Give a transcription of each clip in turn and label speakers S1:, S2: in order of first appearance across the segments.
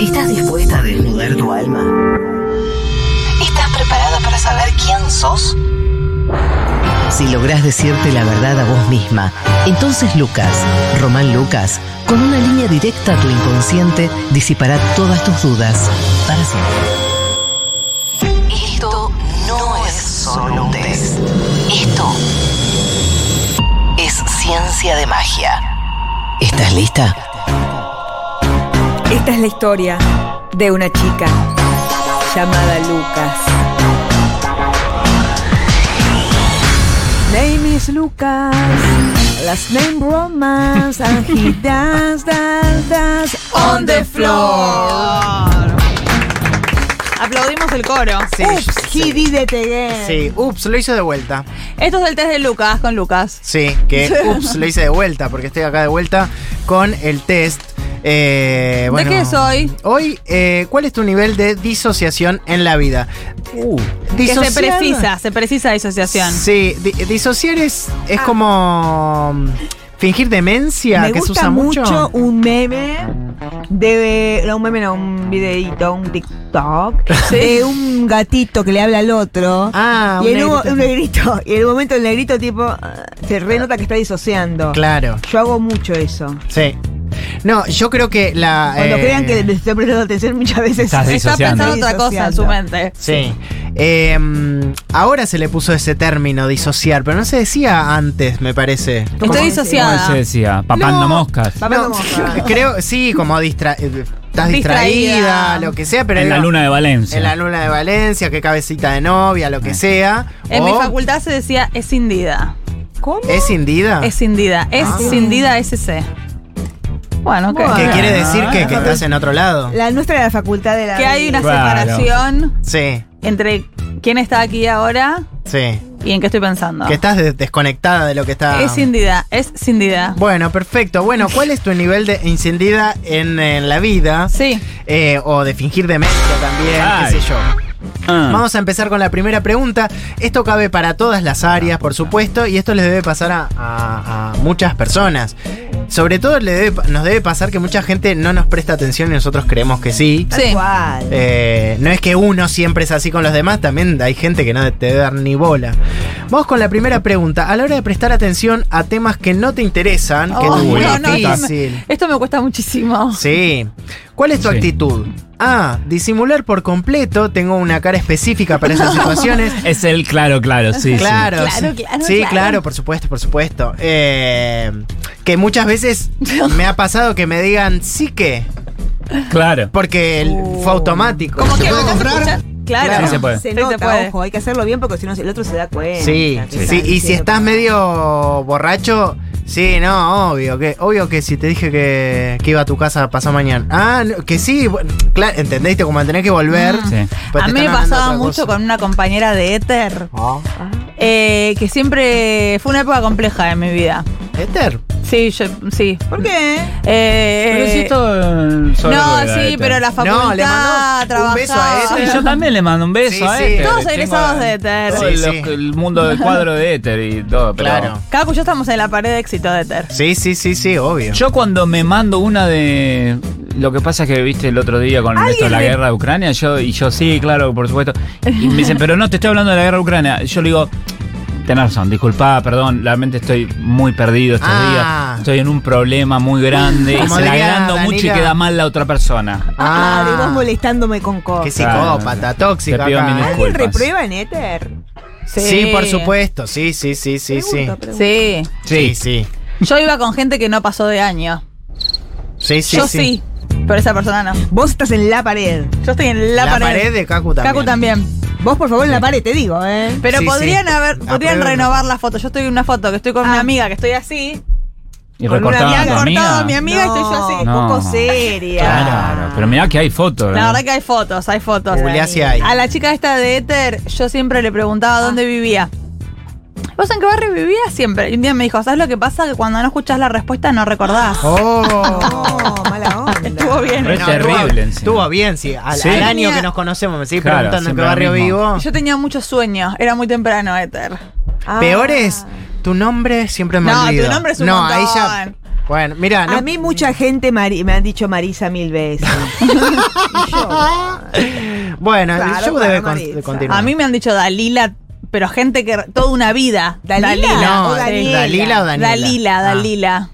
S1: ¿Estás dispuesta a desnudar tu alma? ¿Estás preparada para saber quién sos? Si lográs decirte la verdad a vos misma, entonces Lucas, Román Lucas, con una línea directa a tu inconsciente, disipará todas tus dudas para siempre. Esto no es solo un test. Esto es ciencia de magia. ¿Estás lista?
S2: Esta es la historia de una chica llamada Lucas. Name is Lucas, last name Romance, and he dance, dance, dance on the floor.
S3: Aplaudimos el coro.
S4: Sí.
S2: Oops, he did it again.
S4: Sí, ups, lo hice de vuelta.
S3: Esto es el test de Lucas con Lucas.
S4: Sí, que ups, lo hice de vuelta, porque estoy acá de vuelta con el test. Eh, bueno,
S3: qué es hoy?
S4: Hoy, eh, ¿cuál es tu nivel de disociación en la vida? Uh,
S3: Que se
S4: disociar-
S3: precisa, se precisa disociación.
S4: Sí, di- disociar es, es como mm, fingir demencia,
S2: Me
S4: que se
S2: gusta
S4: usa
S2: mucho.
S4: mucho.
S2: un meme de. No, un meme, no, un videito, un TikTok. De un gatito que le habla al otro.
S4: Ah,
S2: y
S4: un
S2: en un,
S4: negrito.
S2: un negrito. Y en el momento el negrito, tipo, ah, se renota que está disociando.
S4: Claro,
S2: Yo hago mucho eso.
S4: sí. No, yo creo que la...
S2: Cuando
S4: eh,
S2: crean que les estoy prestando atención, muchas veces.
S5: Estás
S3: Está
S5: disociando.
S3: pensando otra cosa en su
S2: Disociando.
S3: mente.
S4: Sí. Eh, mm, ahora se le puso ese término, disociar, pero no se decía antes, me parece.
S2: ¿Cómo
S3: Estoy
S2: se-
S3: disociada.
S5: se decía? Papando
S4: Ah. No.
S5: moscas.
S2: Papá,
S4: No,
S2: ¿cómo va?
S4: creo, sí, como distra eh, estás distraída,
S3: Distraída.
S4: lo que sea, pero
S5: En la
S4: digo,
S5: luna de Valencia. Ah.
S4: en la luna de Valencia, qué cabecita de novia, lo que sea.
S3: En mi
S4: o-
S3: facultad se decía escindida.
S2: ¿Cómo?
S4: ¿Es indida?
S3: Escindida. Escindida SC. Bueno, ok.
S4: ¿Qué
S2: Ah. Bueno.
S4: quiere decir que, que
S2: Ah.
S4: estás en otro lado?
S2: La nuestra de la facultad de la.
S3: Que hay una
S2: vida.
S5: Claro.
S3: separación
S4: Sí,
S3: entre quién está aquí ahora
S4: sí.
S3: y en qué estoy pensando.
S4: Que estás de- desconectada de lo que está.
S3: Ah. Es cindida, es cindida.
S4: Bueno, perfecto. Bueno, ¿cuál es tu nivel de incendida en, en la vida?
S3: Sí.
S4: Eh, o de fingir demencia también,
S5: Ay.
S4: qué sé yo.
S5: Ah.
S4: Vamos a empezar con la primera pregunta. Esto cabe para todas las áreas, por supuesto, y esto les debe pasar a, a- a muchas personas. Sobre todo le debe- nos debe pasar que mucha gente no nos presta atención y nosotros creemos que sí.
S2: Tal
S3: Sí.
S2: cual.
S4: Eh, no es que uno siempre es así con los demás, también hay gente que no te debe dar ni bola. Vamos con la primera pregunta. A la hora de prestar atención a temas que no te interesan, que
S3: Oh,
S4: es muy
S3: no, no, esto,
S4: difícil.
S3: me, esto me cuesta muchísimo.
S4: Sí. ¿Cuál es tu
S5: Sí.
S4: actitud? A. Disimular por completo. Tengo una cara específica para esas situaciones.
S5: Es el claro, claro, sí. sí.
S4: Claro,
S3: Claro,
S4: sí.
S3: claro,
S4: Sí,
S3: claro.
S4: claro. por supuesto, por supuesto. Eh, que muchas veces me ha pasado que me digan sí que,
S5: Claro.
S4: porque el- fue automático.
S3: Como que
S4: Sí,
S3: no comprar? Claro.
S5: Sí se puede.
S2: Se
S3: Sí
S2: nota,
S3: se puede.
S2: ojo, hay que hacerlo bien porque si no el otro se da cuenta.
S4: Sí,
S2: que
S4: sí,
S2: está
S4: Y si
S2: diciendo
S4: estás
S2: cosas.
S4: medio borracho, sí, no, obvio que, obvio que si te dije que, que iba a tu casa pasado mañana. Ah, no, que sí, bueno, claro, entendiste como tenés que volver.
S5: Sí.
S4: pero
S3: A
S4: te
S3: mí me
S4: están hablando
S3: pasaba
S4: otra
S3: mucho
S4: cosa.
S3: con una compañera de éter,
S4: Ah.
S3: eh, que siempre fue una época compleja en mi vida.
S4: Éter.
S3: Sí, yo, sí.
S2: ¿Por qué?
S3: Eh,
S5: Pero sí, todo eh, sobre
S3: no,
S5: rueda,
S3: sí,
S5: Éter.
S3: pero la facultad,
S4: No, le mandó un
S3: trabajaba.
S4: beso a
S5: Sí,
S4: Éter.
S5: yo también le mando un beso
S4: Sí,
S5: a
S4: sí.
S5: Éter.
S3: Todos
S5: Tengo
S3: egresados de Éter.
S5: todo
S4: Sí,
S5: lo-
S4: sí.
S5: El mundo del cuadro de Éter y todo. pero-
S4: Claro.
S3: Cacu, yo estamos en la pared de éxito de éter.
S4: Sí, sí, sí, sí, obvio.
S5: Yo cuando me mando una de. Lo que pasa es que viste el otro día con esto de la guerra de Ucrania, yo, y yo sí, claro, por supuesto. Y me dicen, pero no te estoy hablando de la guerra de Ucrania. Yo le digo, tenés razón, disculpa, perdón, realmente estoy muy perdido estos
S4: Ah.
S5: días. Estoy en un problema muy grande, y
S4: Como
S5: se la
S4: diría
S5: agrando mucho y
S4: Daniela.
S5: queda mal la otra persona.
S2: Ah, de vos molestándome con
S4: Qué
S2: cosas.
S4: psicópata, tóxica.
S5: Te pido
S4: acá,
S5: mil
S4: ¿eh?
S2: ¿Alguien
S5: disculpas.
S2: reprueba en éter?
S4: Sí, por supuesto, sí, sí, sí, sí, sí.
S2: Pregunto, pregunto.
S3: Sí.
S4: Sí, sí.
S3: Yo iba con gente que no pasó de año.
S4: Sí, sí,
S3: yo sí. pero esa persona no.
S2: Vos estás en la pared.
S3: Yo estoy en la,
S4: La, pared. de Kaku también.
S3: Cacu también.
S2: Vos, por favor, en la pared, te digo, ¿eh?
S3: Pero
S4: Sí,
S3: podrían
S4: sí.
S3: haber, podrían
S4: Aprueben.
S3: renovar la foto. Yo estoy en una foto que estoy con
S2: Ah.
S3: mi amiga, que estoy así.
S5: Y
S3: Con una
S5: recortaban a
S3: amiga
S5: tu
S3: cortado
S5: amiga.
S3: a mi amiga. y estoy yo así.
S5: No.
S2: poco seria.
S5: Claro, pero mirá que hay fotos.
S3: La
S5: ¿eh?
S3: verdad que hay fotos, hay fotos.
S4: Googleá si hay.
S3: A la chica esta de Éter, yo siempre le
S4: Ah.
S3: preguntaba dónde vivía. ¿Vos en qué barrio vivías siempre? Y un día me dijo, ¿sabes lo que pasa? Que cuando no escuchás la respuesta no recordás.
S4: Ah. Oh.
S2: No, mala
S3: Estuvo
S2: onda.
S3: bien.
S5: Re- Es
S4: Estuvo,
S5: terrible, encima.
S4: estuvo bien, sí. Al,
S5: Sí.
S4: al año que nos conocemos, me seguís
S5: Claro,
S4: preguntando en qué
S5: siempre lo
S4: barrio
S5: mismo.
S4: vivo.
S3: Yo tenía muchos sueños, era muy temprano Éter.
S2: Ah.
S4: Peor es, tu nombre siempre me
S3: no,
S4: olvido.
S3: tu nombre es un
S4: No,
S3: montón.
S4: ahí ya. Bueno, mira,
S2: A mí mucha gente Mari- me han dicho Marisa mil veces. Y yo,
S4: bueno,
S2: Claro,
S4: el show
S2: claro,
S4: debe con-
S2: Marisa.
S4: continuar.
S3: A mí me han dicho Dalila, pero gente que toda una vida.
S2: ¿Dalila?
S4: No,
S2: o Daniela.
S4: Dalila o Daniela.
S3: Dalila,
S4: Ah.
S3: Dalila.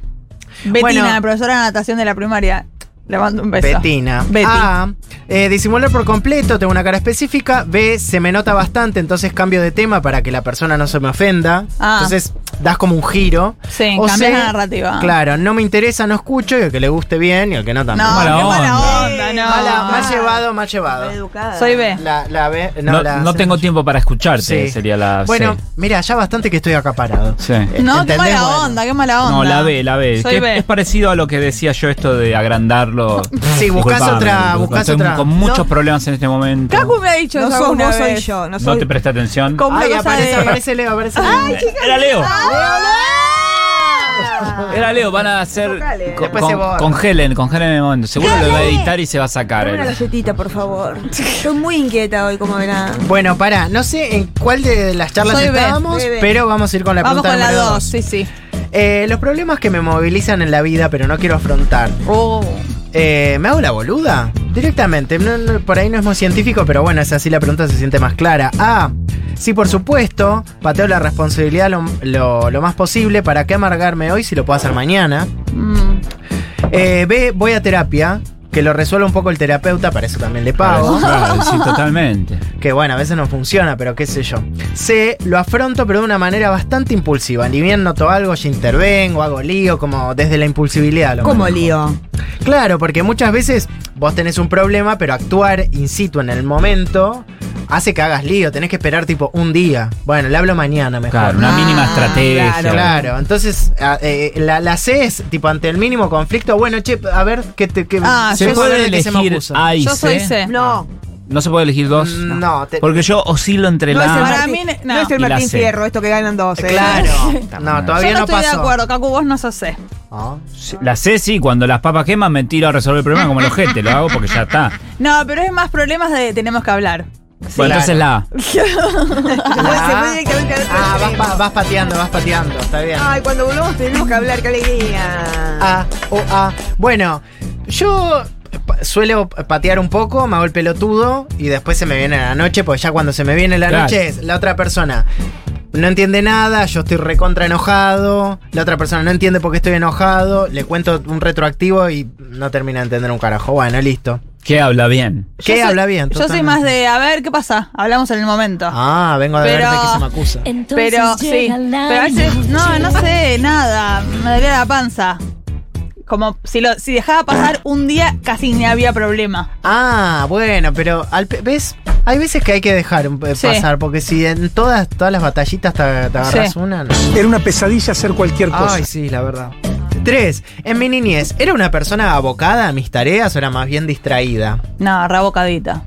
S3: Betina,
S4: Bueno.
S3: la profesora de natación de la primaria. Le mando un beso.
S4: Betina.
S3: Betty.
S4: A. eh, disimular por completo, tengo una cara específica. B. Se me nota bastante, entonces cambio de tema para que la persona no se me ofenda.
S3: Ah.
S4: Entonces das como un giro.
S3: Sí,
S4: O
S3: cambias
S4: C,
S3: la narrativa.
S4: Claro, no me interesa, no escucho y al que le guste bien y al que no también.
S3: No,
S5: Mala
S3: qué mala
S5: onda.
S3: onda, no.
S4: Mala, mal llevado, mal llevado.
S2: mal educada.
S3: Soy B.
S4: La, la B. No,
S5: No,
S4: la
S5: no
S4: C.
S5: tengo tiempo para escucharte,
S4: Sí.
S5: sería la.
S4: Bueno,
S5: C.
S4: mira, ya bastante que estoy acaparado.
S5: Sí.
S3: No, qué
S4: ¿Entendés?
S3: mala
S4: Bueno.
S3: onda, qué mala onda.
S5: No, la B, la B.
S3: Soy
S5: Que
S3: B.
S5: Es parecido a lo que decía yo esto de agrandarlo.
S4: Sí, buscás
S5: Disculpame,
S4: otra-
S5: disculpa,
S4: buscás
S5: estoy
S4: otra.
S5: Con muchos problemas en este momento.
S3: Cacu me ha dicho
S2: No
S3: eso
S2: sos
S3: alguna
S2: vos, soy
S3: vez.
S2: yo. No
S5: No
S2: soy
S5: te presté atención.
S3: Como una
S4: Ay,
S3: cosa
S4: aparece,
S3: de-
S4: aparece Leo, aparece Leo.
S5: Era Leo.
S2: Ah.
S5: Era Leo, van a hacer.
S2: Tocale.
S5: con-
S4: Después se
S5: con-
S4: borra.
S5: Congelen, congelen en el momento. Seguro lo va a editar y se va a sacar.
S2: Dame una galletita, por favor. Estoy muy inquieta hoy, como verán.
S4: Bueno, pará, no sé en cuál de las charlas
S3: Soy B,
S4: estábamos,
S2: soy B.
S4: pero vamos a ir con la
S3: Vamos
S4: pregunta
S3: con la
S4: número
S3: 2,
S4: dos.
S3: sí, sí.
S4: Eh, los problemas que me movilizan en la vida, pero no quiero afrontar.
S3: Uh.
S2: Oh.
S4: Eh, ¿Me hago la boluda? Directamente. No, no, por ahí no es muy científico, pero bueno, es así la pregunta se siente más clara. Ah, sí, por supuesto. Pateo la responsabilidad lo, lo- lo más posible. ¿Para qué amargarme hoy si lo puedo hacer mañana?
S3: Mm.
S4: Eh, B, voy a terapia. Que lo resuelva un poco el terapeuta, para eso también le pago.
S5: Claro, sí, totalmente.
S4: Que bueno, a veces no funciona, pero qué sé yo. C, lo afronto pero de una manera bastante impulsiva. Ni bien noto algo, ya intervengo, hago lío, como desde la impulsibilidad. Lo
S2: ¿Cómo
S4: manejo.
S2: lío?
S4: Claro, porque muchas veces vos tenés un problema, pero actuar in situ en el momento hace que hagas lío. Tenés que esperar tipo un día. Bueno, le hablo mañana mejor.
S5: Claro, una
S2: Ah,
S5: mínima estrategia.
S4: Claro, claro. entonces a- eh, la, la C es tipo ante el mínimo conflicto. Bueno, che, a ver qué te. qué-
S3: Ah,
S5: Se
S4: yo
S5: puede
S4: sé de qué se me
S5: elegir
S4: acusa.
S5: A y
S3: Yo soy C.
S2: No,
S5: No se puede elegir dos.
S4: Mm, No, te-
S5: Porque yo oscilo entre
S2: no es
S5: la.
S2: el
S3: Para
S2: Martín,
S3: mí,
S2: no.
S3: no.
S2: es el
S5: Y la
S2: Martín
S5: C.
S2: Fierro, esto que ganan ¿eh? 12.
S4: Claro. No, todavía
S3: Yo no,
S4: no
S3: estoy
S4: pasó.
S3: de acuerdo, Cacu, vos no sos C.
S4: Ah.
S5: La C sí, cuando las papas queman me tiro a resolver el problema como el ojete, lo hago porque ya está.
S3: No, pero es más problemas de tenemos que hablar.
S5: bueno, entonces la A.
S2: Se fue directamente al otro
S4: Ah, vas,
S2: extremo.
S4: pa- vas pateando, vas pateando, está bien.
S2: Ay, cuando volvamos tenemos que hablar, qué alegría.
S4: Ah, oh, ah. Bueno, yo pa- suelo patear un poco, me hago el pelotudo y después se me viene la noche, porque ya cuando se me viene la
S5: Claro.
S4: noche es la otra persona. No entiende nada, yo estoy recontra enojado, la otra persona no entiende por qué estoy enojado, le cuento un retroactivo y no termina de entender un carajo. Bueno, listo.
S5: Que habla bien.
S4: ¿Qué
S3: Yo soy-
S4: habla bien?
S3: Yo soy
S4: totalmente.
S3: más de, a ver, ¿qué pasa? Hablamos en el momento.
S4: Ah, vengo de
S3: Pero-
S4: ver de qué se me acusa.
S3: Pero sí, pero a veces, no, no sé, nada, me dolía la panza. Como si, lo, si dejaba pasar un día, casi ni había problema.
S4: Ah, bueno, pero al pe- ¿ves? Hay veces que hay que dejar eh,
S3: Sí.
S4: pasar, porque si en todas, todas las batallitas te, te agarras
S3: Sí.
S4: una. no.
S6: Era una pesadilla hacer cualquier cosa.
S4: Ay, sí, la verdad. Tres, en mi niñez, ¿era una persona abocada a mis tareas o era más bien distraída?
S3: No, rabocadita.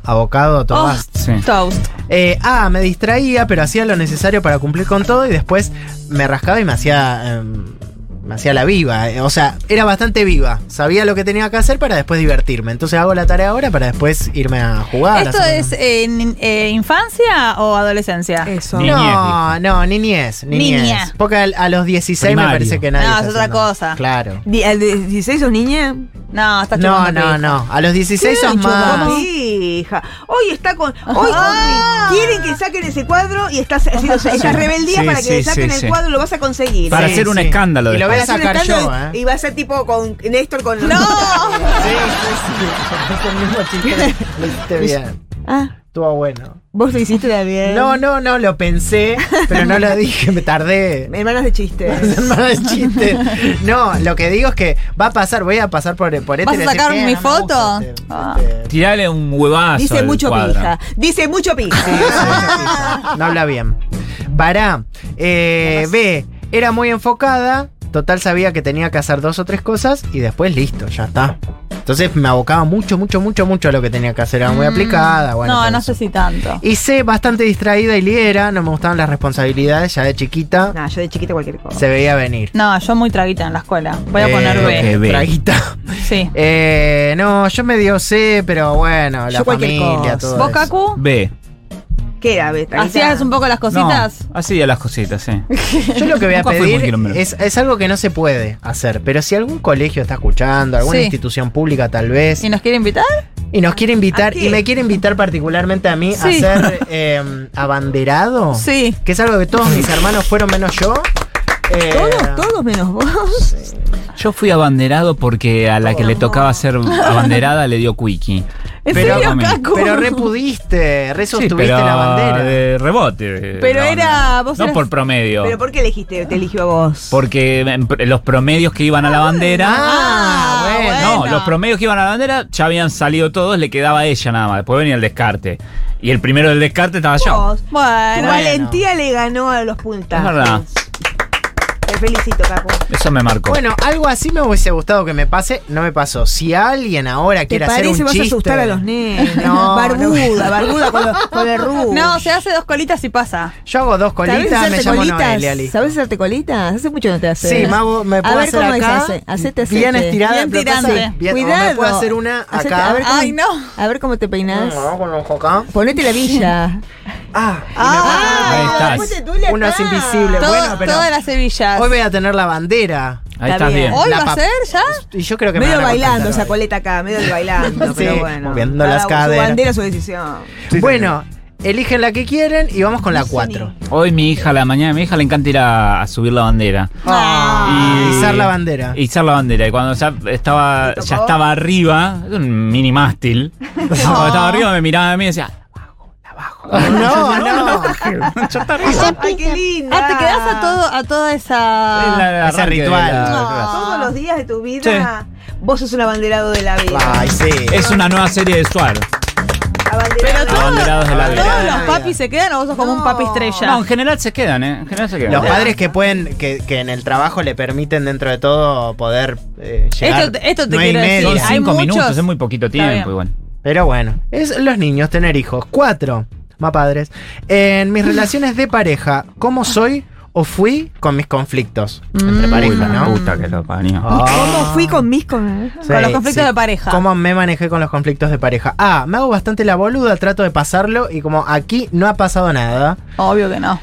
S4: Ah, abocado,
S3: Oh,
S4: tomás.
S5: sí.
S3: Toast.
S4: Eh, ah, me distraía, pero hacía lo necesario para cumplir con todo y después me rascaba y me hacía. em, me hacía la viva. eh, O sea, era bastante viva. Sabía lo que tenía que hacer para después divertirme. Entonces hago la tarea ahora para después irme a jugar.
S3: ¿Esto
S4: hacer-
S3: es en, eh, infancia o adolescencia?
S4: Eh,
S2: Eso.
S5: Ni-
S4: No, no, niñez, niñez.
S3: Niña.
S4: Porque al- a, los 16 me
S5: Primario.
S4: parece que nadie.
S3: No,
S4: está
S3: es otra
S4: haciendo-
S3: cosa.
S4: Claro.
S2: Di- ¿Al de 16 o niña?
S3: No, está
S4: No,
S3: chupando
S4: no,
S3: pija.
S4: no. A los 16 sos más.
S2: Chupamos pija. Hoy está con. Hoy
S3: Ah.
S2: quieren que saquen ese cuadro y estás haciendo esa rebeldía
S5: Sí,
S2: para que
S5: sí,
S2: le saquen
S5: sí,
S2: el
S5: sí.
S2: cuadro, lo vas a conseguir.
S5: Para
S4: Sí,
S5: hacer un
S4: sí.
S5: escándalo.
S4: Y lo
S5: después.
S4: voy a sacar
S2: Hacer un
S4: yo,
S2: escándalo
S4: ¿eh?
S2: Y vas a tipo con Néstor con.
S3: ¡No!
S4: Sí, sí, sí. Es el mismo chiste. Lo hiciste bien.
S2: Ah,
S4: Estuvo bueno.
S2: vos lo hiciste también.
S4: No, no, no, lo pensé, pero no lo dije, me tardé.
S2: Hermanas de chistes.
S4: Más chiste. No, lo que digo es que va a pasar, voy a pasar por, por éter
S3: ¿Vas a
S4: y decir,
S3: sacar
S4: "Eh,
S3: mi
S4: no me gusta
S3: foto?"
S4: este-
S3: Ah.
S4: este-
S5: Tirale un huevazo.
S2: Dice
S5: al
S2: mucho
S5: cuadro.
S2: pija. Dice mucho pija.
S4: No habla bien. Bará. Eh, B. Era muy enfocada. Total sabía que tenía que hacer dos o tres cosas y después listo, ya está. Entonces me abocaba mucho, mucho, mucho, mucho a lo que tenía que hacer. Era muy
S3: Mm.
S4: aplicada. Bueno,
S3: no,
S4: todo
S3: no
S4: eso.
S3: sé si tanto.
S4: Y C. Bastante distraída y ligera. No me gustaban las responsabilidades ya de chiquita.
S2: Nah, yo de chiquita cualquier cosa.
S4: Se veía venir.
S3: No, yo muy traguita en la escuela. Voy a
S4: Eh,
S3: poner B.
S5: ok. B.
S4: Traguita.
S3: Sí.
S4: Eh, no, yo me dio C, pero bueno, la
S2: Yo cualquier
S4: familia,
S2: cosa.
S4: todo.
S3: ¿Vos,
S4: eso.
S3: Cacu?
S5: B.
S2: ¿Qué era, Beta?
S3: ¿Hacías un poco las cositas?
S5: No, así a las cositas, sí.
S4: Yo lo que voy a
S5: Nunca fui muy
S4: pedir
S5: quilombero.
S4: es, es algo que no se puede hacer, pero si algún colegio está escuchando, alguna
S3: Sí.
S4: institución pública tal vez,
S3: ¿Y nos quiere invitar?
S4: y nos quiere
S2: ¿A
S4: invitar,
S2: qué?
S4: y me quiere invitar particularmente a mí
S3: Sí.
S4: a ser eh, abanderado,
S3: Sí.
S4: que es algo que todos mis hermanos fueron menos yo. eh,
S2: Todos, todos menos vos.
S5: Yo fui abanderado porque a la que le tocaba ser abanderada le dio quickie.
S3: ¿En
S4: Pero-
S3: serio,
S5: Amén.
S3: Cacu?
S4: Pero repudiste,
S5: Sí,
S4: resostuviste
S5: pero
S4: la bandera.
S5: de rebote.
S3: Pero
S5: la
S3: era-
S5: bandera.
S3: vos
S5: no
S3: eras-
S5: por promedio.
S2: ¿Pero por qué elegiste, te eligió a vos?
S5: Porque en pr- los promedios que iban a la bandera.
S4: Ah, bueno.
S5: No, los promedios que iban a la bandera ya habían salido todos, le quedaba a ella nada más. Después venía el descarte. Y el primero del descarte estaba
S3: Oh.
S5: yo.
S2: Vos. Tu
S3: Bueno.
S2: valentía le ganó a los puntas.
S5: Es verdad.
S2: Te felicito, Capo.
S5: Eso me marcó.
S4: Bueno, algo así me hubiese gustado que me pase, no me pasó. Si alguien ahora
S2: ¿Te
S4: quiere hacer un
S2: parece?
S4: chiste...
S2: Vas a asustar a los nenes.
S4: No,
S2: barbuda,
S4: no.
S2: barbuda con, los- con el rubio.
S3: No, se hace dos colitas y pasa.
S4: Yo hago dos colitas, me llamo Noelia Lee.
S2: ¿Sabes hacerte colitas? Hace mucho que no te haces.
S4: Sí, me, hago- me puedo
S2: a ver
S4: hacer
S2: cómo
S4: acá.
S2: es ese. Hacete, hacete.
S4: Bien estirada,
S3: Bien
S4: pero pasa-
S3: tirante.
S4: bien- o
S2: Cuidado.
S4: me puedo hacer una acá.
S2: Hacete- a ver cómo-
S3: Ay, no.
S2: A ver cómo te peinas.
S4: No, con los acá.
S2: Ponete la villa.
S4: Ah, y me
S5: ahí
S4: pongo-
S5: estás.
S2: después te duele
S4: Uno es
S2: acá.
S4: invisible.
S3: Todo-
S4: bueno, pero
S3: Todas las Sevillas.
S4: hoy voy a tener la bandera.
S2: está
S5: Ahí estás
S2: bien.
S5: bien.
S3: ¿Hoy
S4: la
S3: va a
S4: pap-
S3: ser ya?
S4: Y yo creo que me
S2: Medio
S4: van a
S2: bailando
S4: contratar
S2: esa
S4: hoy.
S2: coleta acá, medio bailando,
S4: Sí,
S2: pero bueno.
S4: moviendo las
S2: Cada-
S4: caderas.
S2: Su bandera, su decisión.
S4: Bueno, eligen la que quieren y vamos con la 4.
S5: Hoy mi hija, a la mañana de mi hija le encanta ir a, a subir la bandera.
S4: Ah,
S5: Y-
S4: izar la bandera.
S5: Y izar la bandera. Y cuando ya estaba, ya estaba arriba, es un mini mástil. Cuando estaba arriba me miraba a mí y decía,
S4: No, no.
S2: Ay, qué linda.
S3: Ah, te quedás a todo, a toda
S5: "Es
S3: esa.
S5: la- el
S4: Ese
S5: arranque de
S4: ritual.
S5: la-
S2: Todos los días de tu vida, vos sos un abanderado de la vida.
S4: Ay, sí.
S5: Es una nueva serie de Suar.
S2: Abanderado.
S3: Pero todo-
S5: Abanderados de la vida.
S3: ¿Todos los
S4: Ay,
S3: papis se quedan o vos sos como un papi estrella?
S5: No, en general se quedan, ¿eh? En general se quedan.
S4: Los padres que pueden, que, que en el trabajo le permiten dentro de todo poder eh, llegar.
S3: Esto- esto te
S4: nueve y
S3: quiero decir,
S5: Son
S4: media.
S3: hay
S5: cinco
S3: muchos.
S5: minutos, es muy poquito
S3: bien.
S5: tiempo igual.
S4: Pero bueno, es los niños, tener hijos. Cuatro, más padres. En mis relaciones de pareja, ¿cómo soy o fui con mis conflictos? Entre
S3: Mm.
S5: Uy,
S4: pareja,
S5: la
S4: ¿no? Ah.
S5: puta que lo parió.
S2: ¿Cómo fui con mis con...
S4: Sí,
S3: Con los conflictos
S4: sí.
S3: de pareja.
S4: ¿Cómo me manejé con los conflictos de pareja? Ah, me hago bastante la boluda, trato de pasarlo y como aquí no ha pasado nada.
S3: Obvio que no.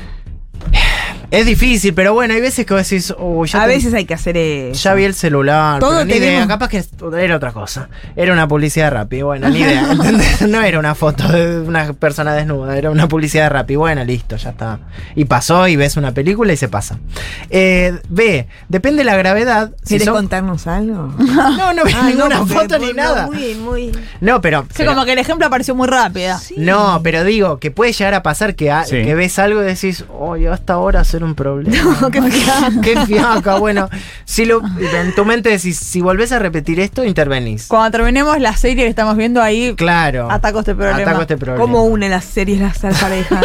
S4: Es difícil, pero bueno, hay veces que vos decís, uy, ya
S2: A
S4: te-
S2: veces hay que hacer eso.
S4: Ya vi el celular,
S2: Todo
S4: pero ni
S2: tenemos-
S4: idea. Capaz que era otra cosa. Era una publicidad de Rappi, bueno, ni idea. ¿entendés? No era una foto de una persona desnuda, era una publicidad de Rappi. Bueno, listo, ya está. Y pasó y ves una película y se pasa. Eh, B, depende de la gravedad. Si
S2: ¿Quieres
S4: son...
S2: contarnos algo?
S4: No, no vi
S2: Ah,
S4: ninguna
S2: porque-
S4: foto ni
S2: no,
S4: nada.
S2: Muy, muy...
S4: No, pero...
S3: Sí, como que el ejemplo apareció muy rápido.
S4: No, pero digo, que puede llegar a pasar que, a-
S5: Sí.
S4: que ves algo y decís, oye, hasta ahora ser un problema.
S2: Qué fiaca.
S4: Qué fiaca, bueno. Si lo, en tu mente decís, si volvés a repetir esto, intervenís.
S3: Cuando terminemos la serie que estamos viendo ahí,
S4: Claro.
S3: ataco este problema.
S4: Ataco este problema.
S2: ¿Cómo une las series las las parejas?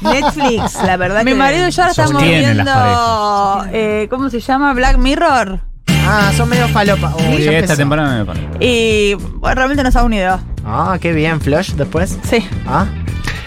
S2: Netflix, la verdad
S3: mi
S2: que-
S3: marido y yo ahora estamos
S5: Sostiene las
S3: viendo. eh, ¿Cómo se llama? Black Mirror.
S4: Ah, son medio falopa. Uy, ya
S5: Y
S4: empezó.
S5: esta temporada me pone.
S3: Y bueno, realmente nos ha unido.
S4: Ah, qué bien, Flush después.
S3: Sí.
S4: Ah.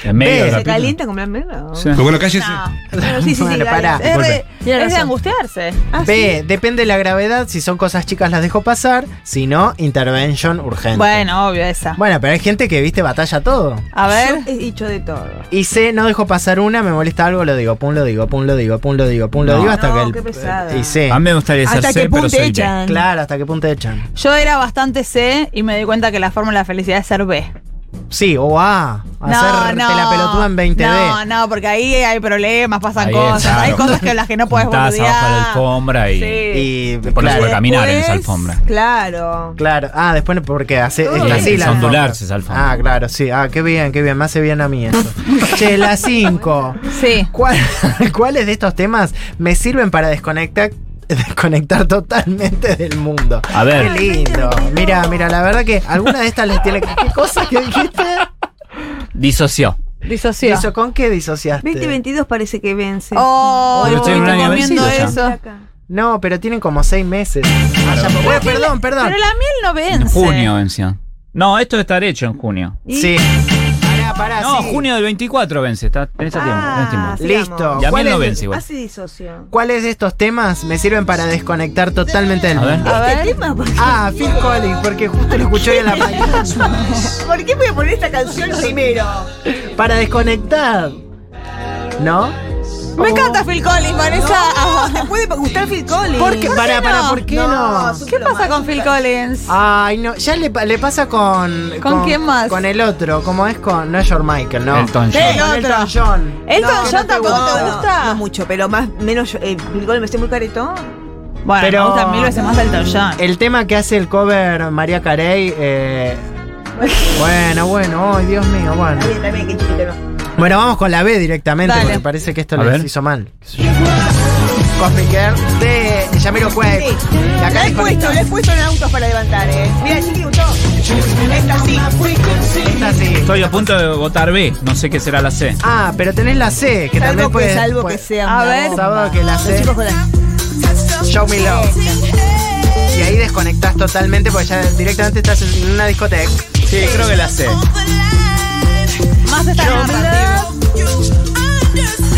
S5: En medio
S4: Ve,
S5: del
S2: ¿Se
S5: capítulo.
S2: calienta con Black Mirror?
S5: Sí.
S7: Pero bueno, cállese.
S2: Bueno, sí, sí, sí,
S4: Bueno,
S2: dale.
S4: pará.
S3: Es, re-
S2: Tiene
S3: es de
S2: razón.
S3: angustiarse.
S2: Ah,
S4: B, depende de la gravedad. Si son cosas chicas las dejo pasar. Si no, intervention urgente.
S3: Bueno, obvio esa.
S4: Bueno, pero hay gente que, viste, batalla todo.
S3: A ver.
S2: Yo he dicho de todo.
S4: Y C, no dejo pasar una, me molesta algo, lo digo, pum, lo digo, pum, lo digo, pum, lo digo, pum, lo
S5: No.
S4: digo, hasta
S2: No,
S4: que el.
S2: qué pesada.
S4: Y C.
S5: A mí me gustaría ser
S2: ¿Hasta qué
S5: C, pero
S2: punto
S5: soy B.
S2: echan?
S4: Claro, hasta qué punto echan.
S3: Yo era bastante C y me di cuenta que la fórmula de la felicidad es ser B.
S4: Sí, o A. Hacerte la pelotuda en 20D.
S3: No, no, porque ahí hay problemas, pasan
S5: Ahí es,
S3: cosas. Hay
S5: claro.
S3: cosas que las que no puedes
S5: Juntás abajo de la
S3: boludear.
S5: alfombra y...
S3: Sí.
S4: Y.
S5: Te pones
S4: Claro,
S5: a caminar en esa
S2: Pues,
S5: alfombra.
S2: Claro.
S4: Claro, ah, después porque hace,
S2: Todo
S4: está
S2: bien.
S4: así la
S5: Es ondular,
S4: alfombra.
S5: es alfombra.
S4: Ah, claro, sí. Ah, qué bien, qué bien. Me hace bien a mí eso. che, la 5.
S3: Sí.
S4: ¿Cuáles de estos temas me sirven para desconectar, desconectar totalmente del mundo?
S5: A ver.
S4: Qué lindo. Mira, mira, la verdad que alguna de estas les tiene que. ¿Qué cosa que dijiste?
S5: Disoció.
S3: Disoció.
S4: Eso, ¿Con qué disociaste?
S2: 2022 parece que vence.
S3: Oh,
S5: Pero
S3: estoy
S5: estoy un año
S3: comiendo
S5: vencido
S3: eso.
S5: ya.
S4: No, pero tienen como seis meses. Ah, ya, bueno, perdón, perdón.
S3: Pero la miel no vence.
S5: En junio venció. No, esto estar hecho en junio.
S4: Sí. Pará, pará.
S5: No,
S4: sí.
S5: junio del 24 vence, está, tenés a tiempo, tenés tiempo.
S2: Ah,
S4: Listo.
S2: sigamos.
S5: Ya
S4: ¿Cuál
S5: bien
S4: es-
S5: no vence igual.
S2: Así disocio.
S4: ¿Cuáles de estos temas me sirven para desconectar totalmente del
S5: A ver.
S4: mundo?
S3: A
S2: Este
S3: ver.
S2: tema, ¿por qué,
S4: Ah, Phil Collins, porque justo lo escuché hoy en la mañana.
S2: por qué voy a poner esta canción primero?
S4: Para desconectar. ¿No?
S3: Me encanta Phil Collins, Vanessa. Ah.
S2: ¿Te puede gustar Phil Collins?
S4: ¿Por qué? Para, para,
S3: no?
S4: ¿por qué no? Ah,
S2: su-
S3: ¿Qué pasa con Phil Collins?
S4: Ay, no, ya le, pa- le pasa con,
S3: ¿Con quién más?
S4: Con el otro, como es con. No es George Michael, Eh, ¿no?
S5: Elton
S3: Sí,
S5: John.
S3: no.
S4: Con Elton John.
S3: Elton
S4: No,
S3: John
S4: no te
S3: tampoco te
S4: gusta.
S3: gusta.
S2: No mucho, pero más menos yo, eh, Phil Collins me estoy muy caretón.
S3: Bueno,
S4: Pero-
S3: me gusta mil veces más Elton John.
S4: El tema que hace el cover María Carey. eh, bueno, bueno, ay, Dios mío, bueno.
S2: Está bien, está bien, qué chiquito no.
S4: Bueno, vamos con la B directamente,
S3: Dale.
S4: porque parece que esto
S5: A
S4: les
S5: ver.
S4: hizo mal. Cosmic Girl de Yamiro Cuey.
S2: Sí.
S4: La
S2: Lo
S4: cara
S2: he puesto, lo he puesto en autos para levantar, eh. Mira, chiqui gustó. Esta sí.
S4: Esta sí.
S5: Estoy a punto de votar B, no sé qué será la C.
S4: Ah, pero tenés la C, que también
S2: Salvo
S4: puede.
S2: que, salvo que
S4: puede-
S2: sea
S3: A
S2: una
S3: ver.
S2: bomba.
S4: Salvo que la
S2: Los
S4: C.
S2: chicos con la...
S4: Show me love. Y ahí desconectás totalmente porque ya directamente estás en una discoteca.
S5: Sí, creo que la C.
S3: Más esta narrativa.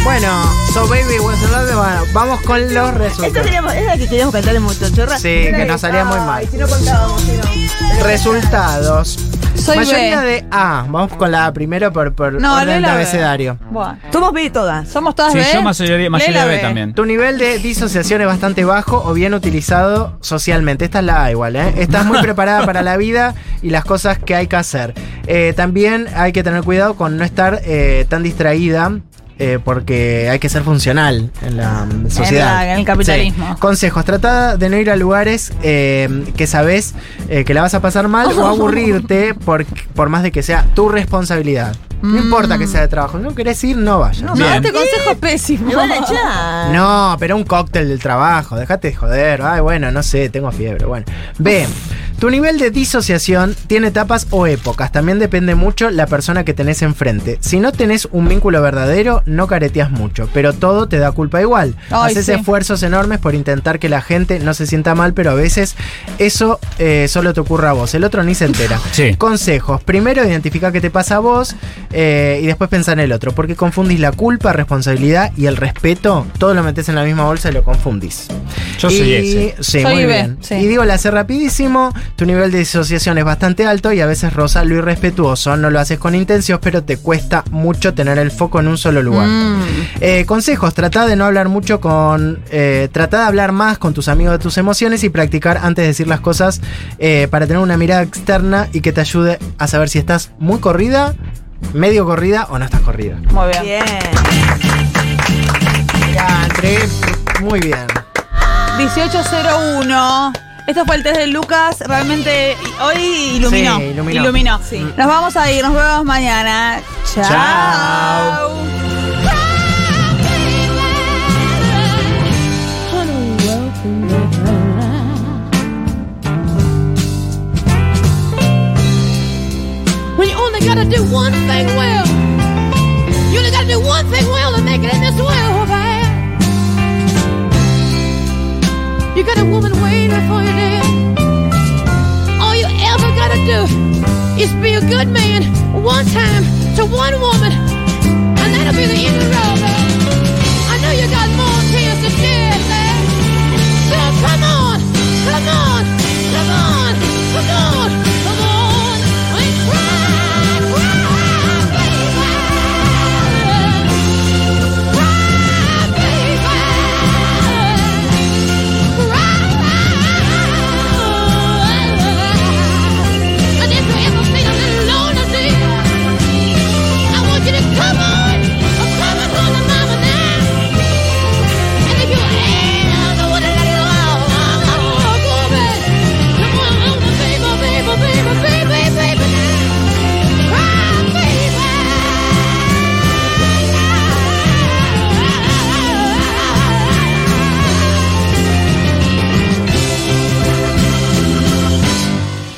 S4: Bueno, So Baby was in love, bueno, vamos con los
S2: Esta
S4: resultados.
S2: teníamos, es la que queríamos cantar en Motochorra.
S4: Sí, que nos salía muy mal.
S2: Ay, si no contábamos, si no.
S4: Resultados.
S3: Soy
S4: Mayoría
S3: B.
S4: de A. Vamos con la A primero por, por
S3: No,
S4: orden
S3: lee
S4: de
S3: la B.
S4: abecedario.
S3: Bueno,
S2: Somos B todas.
S3: somos todas
S5: Sí,
S3: B.
S5: yo mayoría, mayoría
S3: Lela
S5: B también.
S4: Tu nivel de disociación es bastante bajo o bien utilizado socialmente. Esta es la A igual, ¿eh? Estás muy preparada para la vida y las cosas que hay que hacer. Eh, también hay que tener cuidado con no estar eh, tan distraída. eh, porque hay que ser funcional en la mm, sociedad.
S3: en el capitalismo.
S4: Sí. Consejos, trata de no ir a lugares eh, que sabes eh, que la vas a pasar mal o aburrirte por, por más de que sea tu responsabilidad. No importa que sea de trabajo. No querés ir, no vayas.
S3: No,
S5: Bien.
S3: este consejo es pésimo.
S2: Me van a
S3: Ah.
S2: echar.
S4: No, pero un cóctel del trabajo, déjate de joder. Ay, bueno, no sé, tengo fiebre. Bueno, B. Tu nivel de disociación tiene etapas o épocas. También depende mucho la persona que tenés enfrente. Si no tenés un vínculo verdadero, no careteas mucho, pero todo te da culpa igual.
S3: Ay,
S4: Haces
S3: sí.
S4: esfuerzos enormes por intentar que la gente no se sienta mal, pero a veces eso eh, solo te ocurre a vos. El otro ni se entera.
S5: Sí.
S4: Consejos. Primero, identifica qué te pasa a vos eh, y después pensá en el otro. Porque confundís la culpa, responsabilidad y el respeto. Todo lo metes en la misma bolsa y lo confundís.
S5: Yo
S4: Y-
S5: soy ese.
S4: Sí,
S3: Soy
S4: muy
S3: B,
S4: bien.
S3: sí.
S4: Y digo, la hace rapidísimo. Tu nivel de disociación es bastante alto y a veces rosa lo irrespetuoso. No lo haces con intenciones, pero te cuesta mucho tener el foco en un solo lugar.
S3: Mm.
S4: Eh, consejos, trata de no hablar mucho con... eh, trata de hablar más con tus amigos de tus emociones y practicar antes de decir las cosas eh, para tener una mirada externa y que te ayude a saber si estás muy corrida, medio corrida o no estás corrida.
S3: Muy bien.
S2: Bien.
S4: Ya, entré muy bien.
S3: 1801. Esto fue el test de Lucas. Realmente hoy iluminó.
S4: Sí, iluminó.
S3: Sí. Nos vamos a ir. Nos vemos mañana.
S4: Chao.
S3: Chao.
S7: when you only gotta do one thing well. You only gotta do one thing well to make it in this world, man. You got a woman waiting for you there. All you ever gotta do is be a good man one time to one woman, and that'll be the end of the road, man. I know you got more tears to shed, man. So come on, come on, come on.